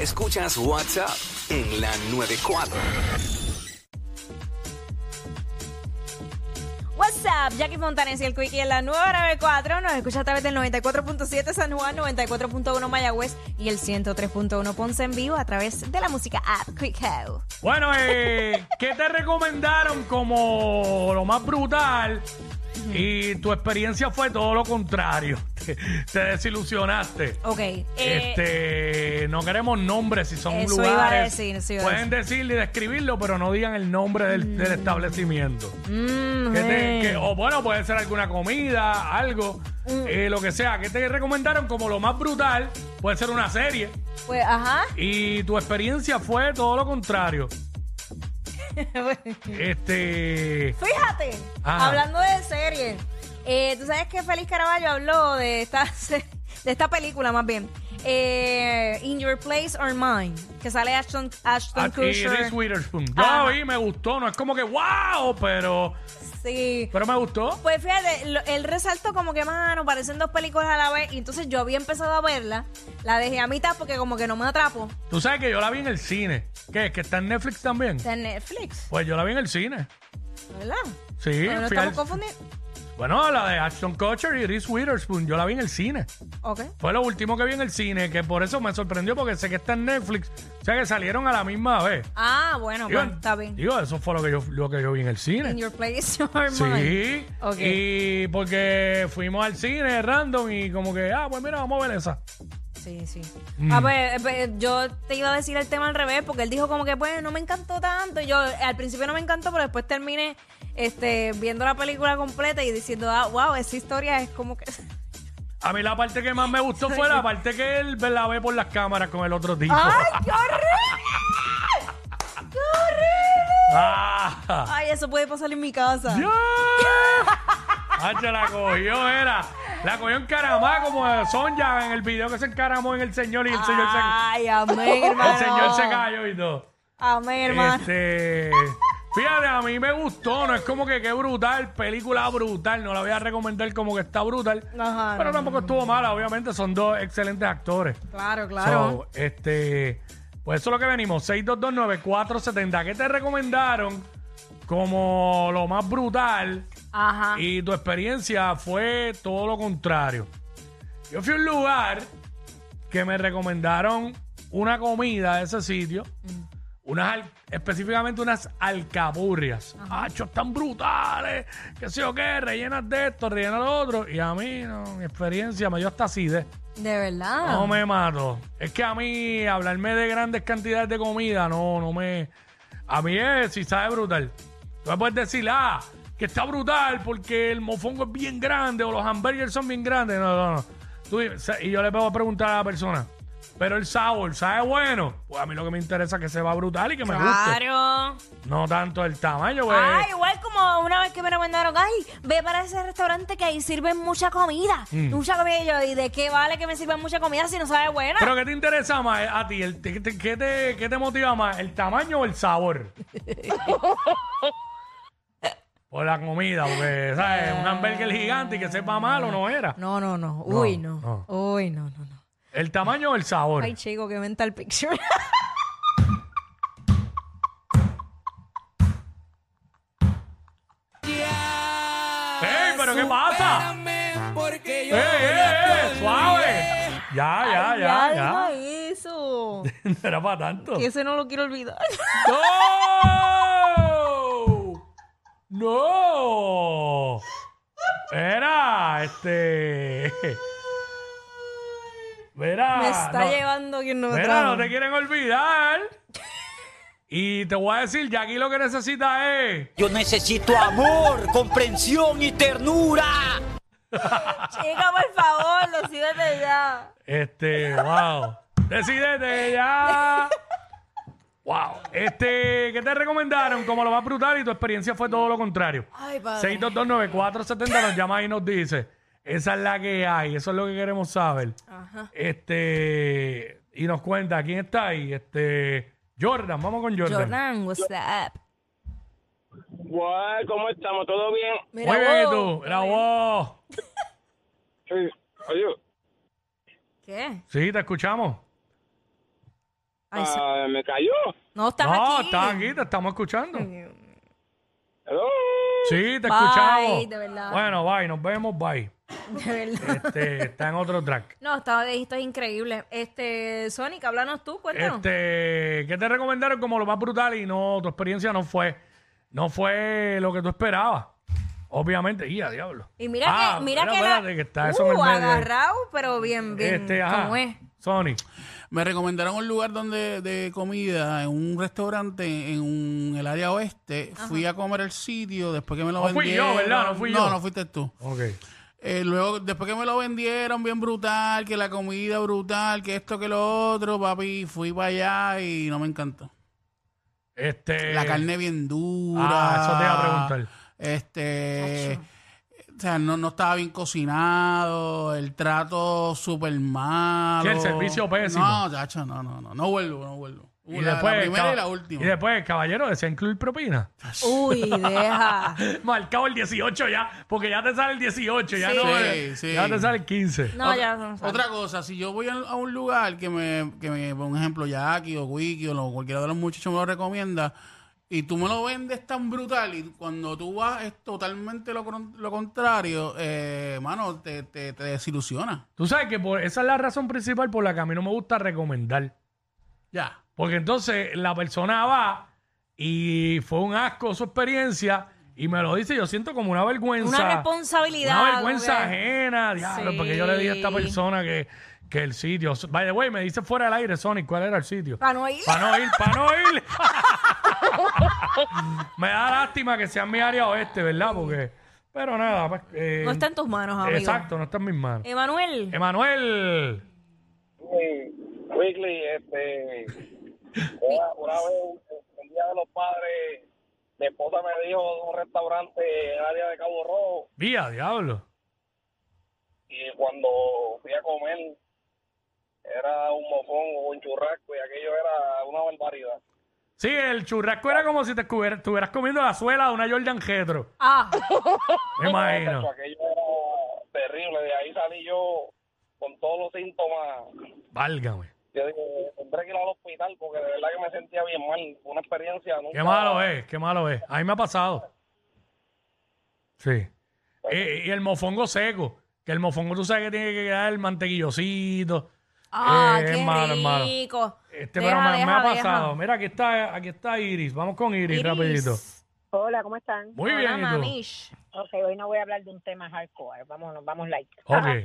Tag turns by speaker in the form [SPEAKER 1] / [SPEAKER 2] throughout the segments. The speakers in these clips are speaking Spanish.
[SPEAKER 1] Escuchas WhatsApp en la 94.
[SPEAKER 2] WhatsApp, Jackie Fontanes y el Quickie en la 994. Nos escucha a través del 94.7 San Juan, 94.1 Mayagüez y el 103.1 Ponce en vivo a través de la música app Quick How.
[SPEAKER 3] Bueno, eh, ¿qué te recomendaron como lo más brutal? Y tu experiencia fue todo lo contrario. Te, te desilusionaste.
[SPEAKER 2] Ok. eh,
[SPEAKER 3] este, no queremos nombres si son
[SPEAKER 2] eso iba a
[SPEAKER 3] lugares.
[SPEAKER 2] decir, eso iba a
[SPEAKER 3] Pueden decirle y describirlo, pero no digan el nombre del, del establecimiento.
[SPEAKER 2] mm,
[SPEAKER 3] Que te-
[SPEAKER 2] eh.
[SPEAKER 3] que- o bueno, puede ser alguna comida, algo,
[SPEAKER 2] Mm.
[SPEAKER 3] eh, lo que sea. ¿Qué te recomendaron como lo más brutal? Puede ser una serie.
[SPEAKER 2] Pues, ajá.
[SPEAKER 3] Y tu experiencia fue todo lo contrario. Este.
[SPEAKER 2] Fíjate,
[SPEAKER 3] Ajá.
[SPEAKER 2] hablando de series, eh, tú sabes que Félix Caraballo habló de esta, se- de esta película más bien. Eh, In Your Place or Mine, que sale Ashton, Ashton
[SPEAKER 3] Y Reese
[SPEAKER 2] Kutcher.
[SPEAKER 3] ah, Witherspoon. Yo
[SPEAKER 2] Ajá.
[SPEAKER 3] la vi, me gustó. No es como que wow, pero,
[SPEAKER 2] Sí.
[SPEAKER 3] pero me gustó.
[SPEAKER 2] Pues fíjate, lo- él resaltó como que, mano, parecen dos películas a la vez. Y entonces yo había empezado a verla, la dejé a mitad porque como que no me atrapo.
[SPEAKER 3] Tú sabes que yo la vi en el cine. ¿Qué? ¿Que está en Netflix también?
[SPEAKER 2] Está en Netflix,
[SPEAKER 3] Pues yo la vi en el cine.
[SPEAKER 2] ¿verdad?
[SPEAKER 3] Sí.
[SPEAKER 2] Pero no
[SPEAKER 3] fui al-
[SPEAKER 2] estamos confundidos.
[SPEAKER 3] bueno, la de Ashton Kutcher y Reese Witherspoon. Yo la vi en el cine.
[SPEAKER 2] Ok.
[SPEAKER 3] Fue lo último que vi en el cine, que por eso me sorprendió porque sé que está en Netflix. O sea que salieron a la misma vez.
[SPEAKER 2] Ah, bueno,
[SPEAKER 3] Digo,
[SPEAKER 2] pues, está bien.
[SPEAKER 3] digo, eso fue lo que yo, lo que yo vi en el cine.
[SPEAKER 2] In Your Place or Mine.
[SPEAKER 3] Sí.
[SPEAKER 2] Ok.
[SPEAKER 3] Y porque fuimos al cine random y como que, ah, pues mira, vamos a ver esa.
[SPEAKER 2] Sí, sí.
[SPEAKER 3] Mm.
[SPEAKER 2] Ah, pues, eh, pues, yo te iba a decir el tema al revés, porque él dijo como que, pues, no me encantó tanto. Y yo eh, al principio no me encantó, pero después terminé este, viendo la película completa y diciendo, ah, wow, esa historia es como que...
[SPEAKER 3] A mí la parte que más me gustó fue la parte que él la ve por las cámaras con el otro tipo.
[SPEAKER 2] ¡Ay, qué horrible! ¡Qué horrible!
[SPEAKER 3] ¡Ah!
[SPEAKER 2] Ay, eso puede pasar en mi casa.
[SPEAKER 3] ¡Dios! Hacho, la cogió, era. La cogió encaramada como Sonja en el video que se encaramó en el señor y el señor se,
[SPEAKER 2] Ay, amén, Ah, hermano.
[SPEAKER 3] el señor se cayó y todo.
[SPEAKER 2] Amén, hermano.
[SPEAKER 3] Este, fíjate, a mí me gustó, no es como que qué brutal, película brutal, no la voy a recomendar como que está brutal,
[SPEAKER 2] Ajá,
[SPEAKER 3] pero
[SPEAKER 2] no,
[SPEAKER 3] tampoco estuvo mala, obviamente son dos excelentes actores.
[SPEAKER 2] Claro, claro.
[SPEAKER 3] So, este, pues eso es lo que venimos, 6229470, ¿qué te recomendaron como lo más brutal
[SPEAKER 2] Ajá.
[SPEAKER 3] y tu experiencia fue todo lo contrario? Yo fui a un lugar que me recomendaron una comida de ese sitio, unas al- específicamente unas alcaburrias. ¡Achos tan brutales! ¿Qué sé yo qué? Rellenas de esto, rellenas lo otro. Y a mí, no, mi experiencia me dio hasta acidez.
[SPEAKER 2] De verdad.
[SPEAKER 3] No me mato. Es que a mí hablarme de grandes cantidades de comida, no, no me... A mí es, si sabe brutal. Tú me puedes decir, ah, que está brutal porque el mofongo es bien grande o los hamburgers son bien grandes. No, no, no. Tú dime, sa- y yo le puedo preguntar a la persona, pero el sabor, ¿sabe bueno? Pues a mí lo que me interesa es que se va brutal y que me guste.
[SPEAKER 2] Claro.
[SPEAKER 3] No tanto el tamaño, pues,
[SPEAKER 2] Ah, igual como una vez que me recomendaron, ay, ve para ese restaurante que ahí sirven mucha comida.
[SPEAKER 3] Mm.
[SPEAKER 2] Mucha comida. Y yo, ¿y de qué vale que me sirvan mucha comida si no sabe buena?
[SPEAKER 3] ¿Pero qué te interesa más eh, a ti? El, te- te- ¿qué, te, qué te motiva más? ¿El tamaño o el sabor? o la comida, porque, ¿sabes? Un hamburger gigante y que sepa malo no era.
[SPEAKER 2] No, no, no.
[SPEAKER 3] No,
[SPEAKER 2] Uy, no.
[SPEAKER 3] no.
[SPEAKER 2] Uy, no, no, no.
[SPEAKER 3] ¿El tamaño o el sabor?
[SPEAKER 2] Ay, chico, qué mental picture.
[SPEAKER 3] ¡Ey, pero qué pasa!
[SPEAKER 1] Porque
[SPEAKER 3] ¡Ey, ey, ey! ¡Suave! Ya, ya, ya,
[SPEAKER 2] diga
[SPEAKER 3] ya.
[SPEAKER 2] eso.
[SPEAKER 3] No era para tanto.
[SPEAKER 2] Que ese no lo quiero olvidar.
[SPEAKER 3] ¡No! ¡No! Era, este. Verá.
[SPEAKER 2] Me está
[SPEAKER 3] Ah, no,
[SPEAKER 2] llevando quien no me
[SPEAKER 3] Mira,
[SPEAKER 2] trajo.
[SPEAKER 3] no te quieren olvidar. Y te voy a decir, ya aquí lo que necesita es.
[SPEAKER 4] Yo necesito amor, comprensión y ternura.
[SPEAKER 2] Chica, por favor, lo ya.
[SPEAKER 3] Este, wow. Decídete ya. Wow. Este, ¿qué te recomendaron? Como lo más brutal y tu experiencia fue todo lo contrario.
[SPEAKER 2] Ay, padre.
[SPEAKER 3] 6229470 nos llama y nos dice, esa es la que hay, eso es lo que queremos saber. Este, y nos cuenta, ¿quién está ahí? Este, Jordan, vamos con Jordan.
[SPEAKER 2] Jordan, what's up?
[SPEAKER 5] Guay, ¿cómo estamos? ¿Todo bien?
[SPEAKER 2] Mira,
[SPEAKER 3] Muy bien, ¿y
[SPEAKER 2] wow.
[SPEAKER 3] tú? Bravo.
[SPEAKER 5] Sí. Oye,
[SPEAKER 2] ¿Qué?
[SPEAKER 3] Sí, te escuchamos.
[SPEAKER 2] Ay, so-
[SPEAKER 5] ah, me cayó.
[SPEAKER 2] no, estás
[SPEAKER 3] no,
[SPEAKER 2] aquí.
[SPEAKER 3] estás aquí, te estamos escuchando.
[SPEAKER 5] Hello.
[SPEAKER 3] Sí, te
[SPEAKER 2] Bye,
[SPEAKER 3] escuchamos.
[SPEAKER 2] de verdad.
[SPEAKER 3] Bueno, bye, nos vemos, bye.
[SPEAKER 2] De verdad.
[SPEAKER 3] Este, está en otro track.
[SPEAKER 2] No, estaba, esto es increíble. Este, Sonic, háblanos tú, cuéntanos.
[SPEAKER 3] Este, ¿qué te recomendaron como lo más brutal y no, tu experiencia no fue, no fue lo que tú esperabas? Obviamente, y a diablo.
[SPEAKER 2] y mira
[SPEAKER 3] Ah,
[SPEAKER 2] que, mira
[SPEAKER 3] espera,
[SPEAKER 2] que
[SPEAKER 3] espérate, que está eso en el
[SPEAKER 2] uh,
[SPEAKER 3] medio.
[SPEAKER 2] agarrado, pero bien, bien.
[SPEAKER 3] Este,
[SPEAKER 2] ¿Cómo es?
[SPEAKER 3] ajá. Sony.
[SPEAKER 6] Me recomendaron un lugar donde de comida, en un restaurante en un- el área oeste. Fui a comer el sitio, después que me lo
[SPEAKER 3] No fui yo,
[SPEAKER 6] vendieron.
[SPEAKER 3] ¿verdad? No fui yo.
[SPEAKER 6] No, no fuiste tú.
[SPEAKER 3] Ok.
[SPEAKER 6] Eh, luego, después que me lo vendieron bien brutal, que la comida brutal, que esto, que lo otro, papi, fui para allá y no me encantó.
[SPEAKER 3] Este.
[SPEAKER 6] La carne bien dura.
[SPEAKER 3] Ah, eso te iba a preguntar.
[SPEAKER 6] Este. O sea, no, no estaba bien cocinado, el trato súper malo.
[SPEAKER 3] Sí, el servicio pésimo.
[SPEAKER 6] No, chacho, no, no, no. No vuelvo, no vuelvo.
[SPEAKER 3] Y
[SPEAKER 6] la,
[SPEAKER 3] después,
[SPEAKER 6] la primera
[SPEAKER 3] cab-
[SPEAKER 6] y la última.
[SPEAKER 3] y después, caballero, desea incluir propina.
[SPEAKER 2] Uy, deja.
[SPEAKER 3] Marcado el 18 ya, porque ya te sale el 18, ya
[SPEAKER 2] Sí.
[SPEAKER 3] no.
[SPEAKER 6] Sí,
[SPEAKER 3] eh,
[SPEAKER 6] sí.
[SPEAKER 3] Ya te sale el 15.
[SPEAKER 2] No, ya no sabe.
[SPEAKER 6] Otra cosa, si yo voy a a un lugar que me, que me por ejemplo, Jackie o Wiki o lo- cualquiera de los muchachos me lo recomienda, y tú me lo vendes tan brutal, y cuando tú vas es totalmente lo, cron- lo contrario, eh, mano, te, te, te desilusiona.
[SPEAKER 3] Tú sabes que por- esa es la razón principal por la que a mí no me gusta recomendar.
[SPEAKER 6] Ya.
[SPEAKER 3] Porque entonces la persona va y fue un asco su experiencia y me lo dice. y Yo siento como una vergüenza.
[SPEAKER 2] Una responsabilidad,
[SPEAKER 3] Una vergüenza
[SPEAKER 2] como que-
[SPEAKER 3] ajena. Diablo,
[SPEAKER 2] Sí.
[SPEAKER 3] porque yo le dije a esta persona que, que el sitio. Vaya, güey, me dice fuera del aire, Sonic, ¿cuál era el sitio?
[SPEAKER 2] Para no ir.
[SPEAKER 3] Para no ir, para no ir. me da lástima que sea en mi área oeste, ¿verdad? Porque. Pero nada, pues, eh,
[SPEAKER 2] No está en tus manos, amigo.
[SPEAKER 3] Exacto, Em- no está en mis manos.
[SPEAKER 2] Emanuel.
[SPEAKER 3] Emanuel.
[SPEAKER 5] Eh, Weekly, este. Una, una vez, un, un día de los padres, mi esposa me dijo de un restaurante en el área de Cabo Rojo,
[SPEAKER 3] Vía, diablo.
[SPEAKER 5] y cuando fui a comer, era un mofón o un churrasco, y aquello era una barbaridad.
[SPEAKER 3] Sí, el churrasco era como si te cubier- estuvieras comiendo la suela de una Jordan Retro.
[SPEAKER 2] Ah,
[SPEAKER 3] Me imagino.
[SPEAKER 5] Pero aquello era terrible, de ahí salí yo con todos los síntomas
[SPEAKER 3] Válgame.
[SPEAKER 5] yo dije, tendré que ir al hospital porque de verdad que me sentía bien mal. Una experiencia nunca.
[SPEAKER 3] Qué malo es, qué malo es. A mí me ha pasado. Sí. Eh, y el mofongo seco. Que el mofongo tú sabes que tiene que quedar el mantequillocito.
[SPEAKER 2] ah,
[SPEAKER 3] Eh,
[SPEAKER 2] qué
[SPEAKER 3] hermano, hermano.
[SPEAKER 2] rico.
[SPEAKER 3] Este,
[SPEAKER 2] Deja,
[SPEAKER 3] pero me, me
[SPEAKER 2] deja,
[SPEAKER 3] ha
[SPEAKER 2] deja.
[SPEAKER 3] pasado. Mira, aquí está, aquí está Iris. Vamos con Iris,
[SPEAKER 2] Iris.
[SPEAKER 3] rapidito.
[SPEAKER 7] Hola, ¿cómo están?
[SPEAKER 3] Muy
[SPEAKER 2] Hola,
[SPEAKER 3] bien, ¿y tú?
[SPEAKER 2] mamish.
[SPEAKER 7] Ok, hoy no voy a hablar de un tema hardcore, vámonos, vamos light.
[SPEAKER 2] Oh.
[SPEAKER 7] Ah,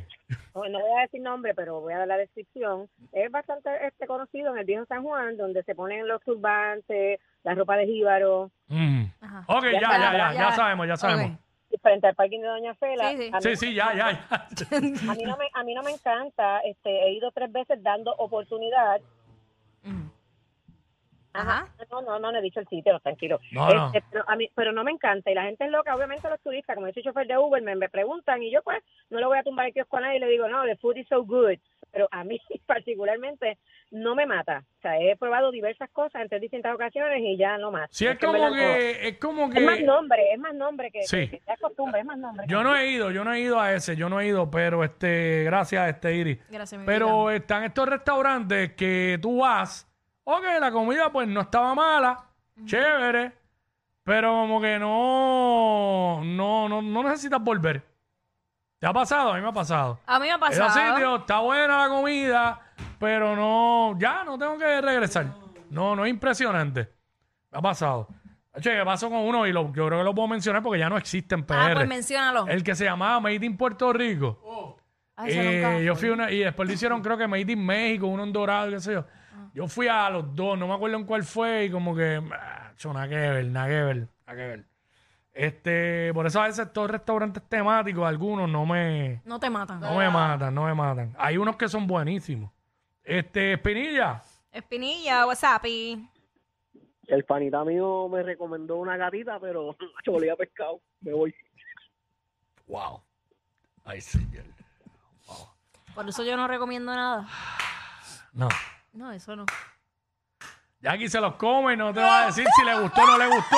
[SPEAKER 3] Ok.
[SPEAKER 7] No no voy a decir nombre, pero voy a dar la descripción. Es bastante este, conocido en el viejo San Juan, donde se ponen los turbantes, la ropa de jíbaro,
[SPEAKER 3] Mm.
[SPEAKER 2] Ajá.
[SPEAKER 3] Ok, ya, ya, ya, ya, sabemos, ya sabemos.
[SPEAKER 2] Ok.
[SPEAKER 7] y frente al parking de Doña Fela.
[SPEAKER 2] Sí, sí.
[SPEAKER 7] A mí,
[SPEAKER 3] Sí, sí, ya, ya. ya.
[SPEAKER 7] a mí no me, a mí no me encanta, este, he ido tres veces dando oportunidad.
[SPEAKER 2] Ajá.
[SPEAKER 7] No, no, no, no he dicho el sitio, tranquilo.
[SPEAKER 3] No, no.
[SPEAKER 7] Este, pero, a mí, pero no me encanta. Y la gente es loca, obviamente los turistas, como yo soy chofer de Uber, me, me preguntan y yo pues no le voy a tumbar el kiosco a nadie y le digo, no, the food is so good. Pero a mí particularmente no me mata. O sea, he probado diversas cosas en tres distintas ocasiones y ya no más.
[SPEAKER 3] Sí, es
[SPEAKER 7] que en
[SPEAKER 3] como
[SPEAKER 7] verdad no.
[SPEAKER 3] que, es como
[SPEAKER 7] Es más
[SPEAKER 3] que.
[SPEAKER 7] nombre, es más nombre que,
[SPEAKER 3] Sí.
[SPEAKER 7] que, que ya es costumbre, es más nombre.
[SPEAKER 3] Yo no he ido, yo no he ido a ese, yo no he ido, pero este, gracias, este Iris.
[SPEAKER 2] Gracias, mi
[SPEAKER 3] Pero están estos restaurantes que tú vas, ok, la comida pues no estaba mala, chévere, pero como que no, no, no, no necesitas volver. ¿Te ha pasado? A mí me ha pasado.
[SPEAKER 2] A mí me ha
[SPEAKER 3] En los
[SPEAKER 2] pasado. Ah,
[SPEAKER 3] sitios está buena la comida, pero no, ya no tengo que regresar. No, no es impresionante. Me ha pasado. Che, ¿qué pasó con uno? Y lo- yo creo que lo puedo mencionar porque ya no existen PR.
[SPEAKER 2] Ah, pues menciónalo.
[SPEAKER 3] El que se llamaba Made in Puerto Rico.
[SPEAKER 2] Ay, eso
[SPEAKER 3] Eh,
[SPEAKER 2] nunca
[SPEAKER 3] yo
[SPEAKER 2] fue.
[SPEAKER 3] fui a una, y después le hicieron creo que Made in México, uno en Dorado, qué sé yo. Yo fui a los dos, no me acuerdo en cuál fue, y como que, ah, cho, nada que ver, nada que ver, nada que ver. Este, por eso a veces estos restaurantes temáticos, algunos no me,
[SPEAKER 2] No te matan.
[SPEAKER 3] no me matan, no me matan. Hay unos que son buenísimos, Este, Espinilla.
[SPEAKER 2] Espinilla, WhatsApp y...
[SPEAKER 5] El panita mío me recomendó una gatita, pero cholía pescado. Me voy.
[SPEAKER 3] Wow. Ay, señor.
[SPEAKER 2] Por eso yo no recomiendo nada.
[SPEAKER 3] No.
[SPEAKER 2] No, eso no.
[SPEAKER 3] Jackie se los come y no te va a decir si le gustó o no le gustó.